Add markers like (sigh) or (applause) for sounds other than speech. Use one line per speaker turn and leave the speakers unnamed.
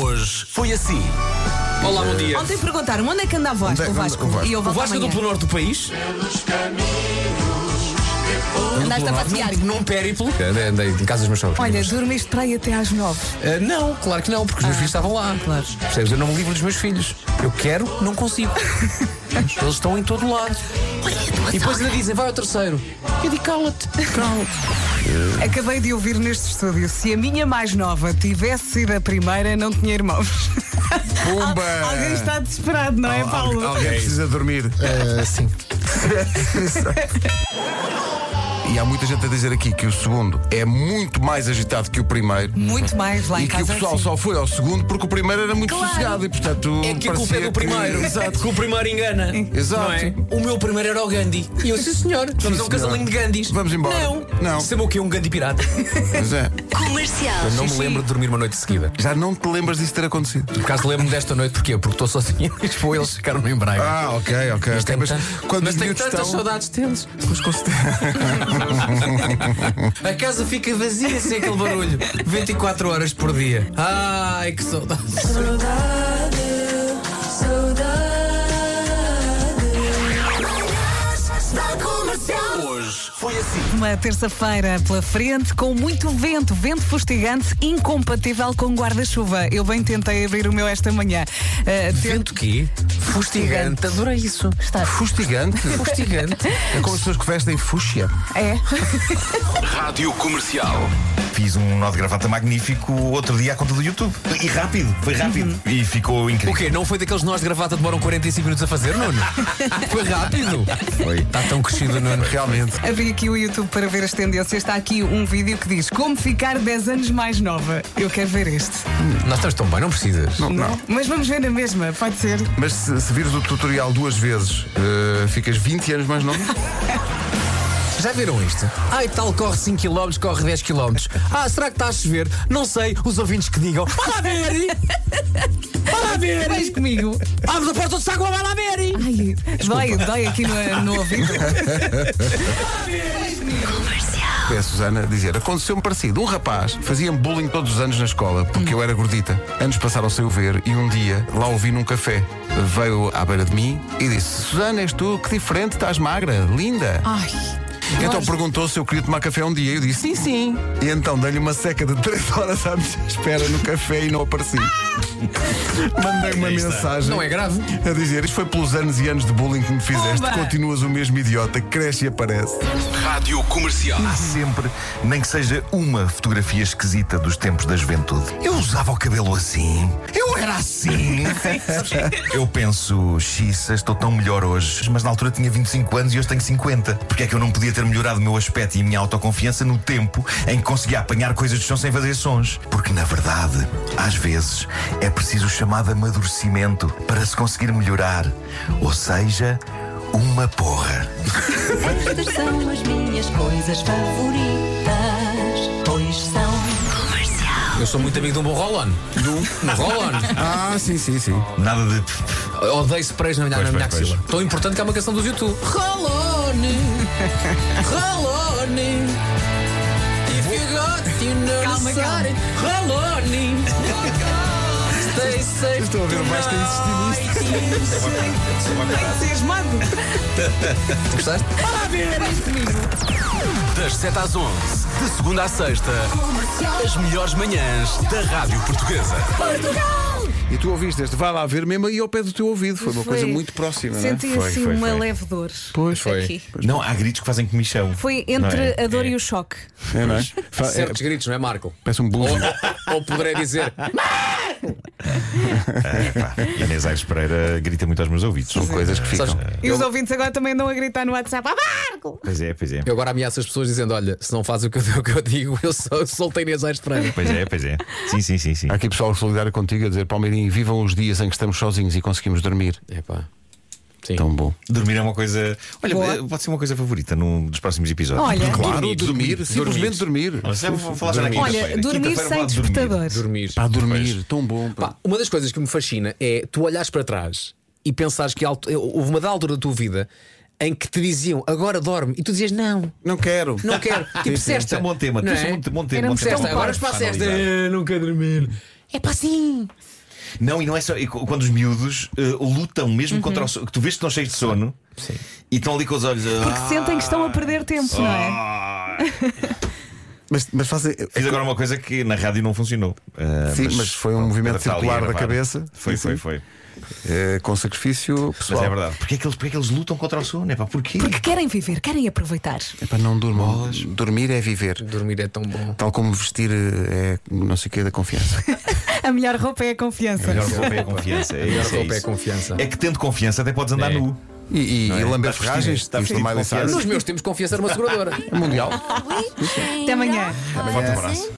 Hoje foi assim. Olá, bom dia.
Ontem perguntaram onde é que anda a Vasco,
Onde é-
o Vasco.
onde- o Vasco.
E eu
O
volto
Vasco é do
amanhã.
pelo norte do país.
Andaste a
Pelo norte,
passear.
Num, num périplo. É, Andei, andei em casa dos meus sogros.
Olha, dormiste para aí até às nove.
Ah, não, claro que não, porque os meus filhos estavam lá.
claro.
Percebes? Eu não me livro dos meus filhos. Eu quero, não
(laughs)
consigo. Eles estão em todo lado. E depois ainda dizem, vai ao terceiro. Eu digo, cala-te. Cala-te.
Acabei de ouvir neste estúdio: se a minha mais nova tivesse sido a primeira, não tinha irmãos.
Pumba!
Al- (laughs) Alguém está desesperado, não é,
Al-
Paulo?
alguém precisa dormir.
Ah, sim.
(laughs) E há muita gente a dizer aqui que o segundo é muito mais agitado que o primeiro.
Muito mais lá em
E que o
casa.
é
pessoal
assim.
só foi ao segundo porque o primeiro era muito
Claro.
sossegado e portanto.
É que a culpa é
parecia
do
(laughs)
primeiro.
que-
Exato. Que o primeiro engana.
Exato.
Não é? O meu primeiro era o Gandhi. E eu, sim senhor, vamos a um
senhor.
casalinho de Gandhis.
Vamos embora.
Não.
Não.
Sabe o que é um Gandhi pirata?
Mas é.
Comercial.
Eu não me lembro de dormir uma noite seguida.
Já não te lembras disso ter acontecido.
Por acaso lembro-me desta noite, porquê? Porque estou sozinho em Lisboa e eles ficaram em Braga.
Ah, ok, ok. ok.
tenho tanto-
quando
mas
os
tenho
miúdos
tantas
estão.
saudades deles. Os considero. (laughs) A casa fica vazia sem aquele barulho. 24 horas por dia. Ai, que saudades.
Uma terça-feira pela frente, com muito vento, vento fustigante, incompatível com guarda-chuva. Eu bem tentei abrir o meu esta manhã. Ah,
(laughs)
tento-
Vento quê? Fustigante. Adorei isso.
Está.
Fustigante.
Fustigante.
É como as pessoas que vestem fúcsia.
É.
Rádio Comercial.
Fiz um nó de gravata magnífico outro dia à conta do YouTube. E rápido, foi rápido. E ficou incrível.
O quê? Não foi daqueles nós de gravata que demoram 45 minutos a fazer, (laughs) Nuno? Foi rápido. Foi. Está tão crescido, Nuno.
Realmente.
Abri aqui o YouTube para ver as tendências. Está aqui um vídeo que diz Como ficar 10 anos mais nova. Eu quero ver este.
Nós estamos tão bem, não precisas.
Não? Mas vamos ver na mesma, pode ser.
Mas se, se vires o tutorial duas vezes, eh, ficas 20 anos mais novo?
Já viram isto? Ai, tal, corre 5 km, corre 10 km. Ah, será que está a chover? Não sei, os ouvintes que digam. Vai lá ver! Vai lá
Vais
ver!
comigo.
Abre a porta do saco, vai lá ver!
Ai, dói, dói aqui no, no ouvido.
É a Susana dizer, aconteceu-me parecido. Um rapaz fazia-me bullying todos os anos na escola, porque eu era gordita. Anos passaram sem o ver e um dia lá o vi num café. Veio à beira de mim e disse: Susana, és tu? Que diferente, estás magra, linda.
Ai.
Então perguntou se eu queria tomar café um dia. Eu disse: Sim, sim. E então dei-lhe uma seca de 3 (laughs) horas à minha espera no café e não
(laughs)
apareci. Mandei uma
Aí está.
mensagem.
Não é grave.
A dizer, isto foi pelos anos e anos de bullying que me fizeste.
Pumba!
Continuas o mesmo idiota, cresce e aparece.
Rádio Comercial.
Há sempre, nem que seja uma fotografia esquisita dos tempos da juventude. Eu usava o cabelo assim. Eu era assim. eu penso, xiça, estou tão melhor hoje. Mas na altura tinha 25 anos e hoje tenho 50. Porque é que eu não podia ter melhorado o meu aspecto e a minha autoconfiança no tempo em que conseguia apanhar coisas do chão sem fazer sons? Porque na verdade, às vezes, é preciso o chamado amadurecimento para se conseguir melhorar. Ou seja, uma porra.
Estas são as minhas coisas favoritas, pois são. Comercial.
Eu sou muito amigo de um bom roll-on. De um roll-on. (laughs)
Ah, sim, sim, sim.
Nada de.
Odeio sprays na minha,
Pois,
na minha
pois,
axila. Tão importante que há uma canção dos YouTube. Roll-on. Roll-on. If you got, you know
Calma, calma.
(laughs)
Roll-on. Stay safe.
Estou a ver o Vasco a
insistir nisto.
Entusiasmado.
Gostaste?
Das 7 às 11, de segunda à sexta, as melhores manhãs da Rádio Portuguesa.
E tu ouviste este, vai lá ver mesmo aí ao pé do teu ouvido. Foi uma coisa muito próxima, não é?
Senti assim uma leve dor.
Pois
Aqui.
Não, há gritos que fazem comichão.
Foi
Não
entre
é?
a dor
É.
e o choque.
É, não é? Fa- é,
Certos gritos, não é, Marco?
Parece um bullying.
Ou, ou poderei dizer.
(laughs)
É, Pá, Inês Aires Pereira grita muito aos meus ouvidos. São
Coisas que ficam.
Sabes,
E os ouvintes agora também andam a gritar no WhatsApp: Ah, Marco!
Pois é, pois é.
Eu agora ameaço as pessoas dizendo: olha, se não fazem o que eu, (laughs) o que eu digo, eu só soltei Inês Aires
(laughs)
Pereira.
Pois é, pois é. Sim, sim, sim, sim.
Há aqui pessoal solidário contigo a dizer, Palmeirinho, vivam os dias em que estamos sozinhos e conseguimos dormir.
Epá. Sim.
Tão bom.
Dormir é uma coisa. Olha, eh,
Boa.
pode ser uma coisa favorita num dos próximos episódios.
Olha.
Claro, dormir, simplesmente dormir.
Olha, sabe, é, vou falar já na
Olha,
quinta-feira.
dormir
Quinta-feira
sem
vou lá dormir.
despertador.
Dormir.
Pá, dormir, tão bom. pá.
Pá, uma das coisas que me fascina é tu olhares para trás e pensares que alto- houve uma da altura da tua vida em que te diziam agora dorme e tu dizias não,
Não quero.
não quero. tipo
Sim, sim.
cesta.
Isso é um bom tema.
Não
Isso é um bom- bom tema.
Era um
Bom tema
cesta,
para
agora para a
analisar.
cesta. "Eh, Nunca dormir.
É para assim.
Não, e não é só. e qu- quando os miúdos eh, lutam
Uhum.
mesmo contra o sono, que tu vês que estão cheios de sono e estão ali com os olhos.
Porque sentem que estão a perder tempo, não é?
ah,
Mas, mas eh, fazem.
Fiz agora uma coisa que na rádio não funcionou. Eh,
Sim, mas foi um
pronto,
movimento
está ali
circular da
gravado.
cabeça.
Foi, foi, foi.
eh, com sacrifício pessoal.
Mas é verdade. Porquê é que eles, porquê é que eles lutam contra o sono? É pá, porquê?
Porque querem viver, querem aproveitar.
É para não dormir. Dormir é viver.
Dormir é tão bom.
Tal como vestir eh, é não sei o que da confiança.
A melhor roupa é a confiança.
melhor roupa é a confiança. É,
Melhor
isso, é,
roupa é
isso.
confiança.
É que tendo confiança até podes andar
É.
nu.
E, e,
Não é?
e lamber
Está
ferragens.
vestido- está
isto
vestido
Miley
de confiança.
Cyrus.
(laughs)
Nos
É
meus tempos, confiança era uma seguradora.
Mundial.
Até amanhã.
Forte abraço.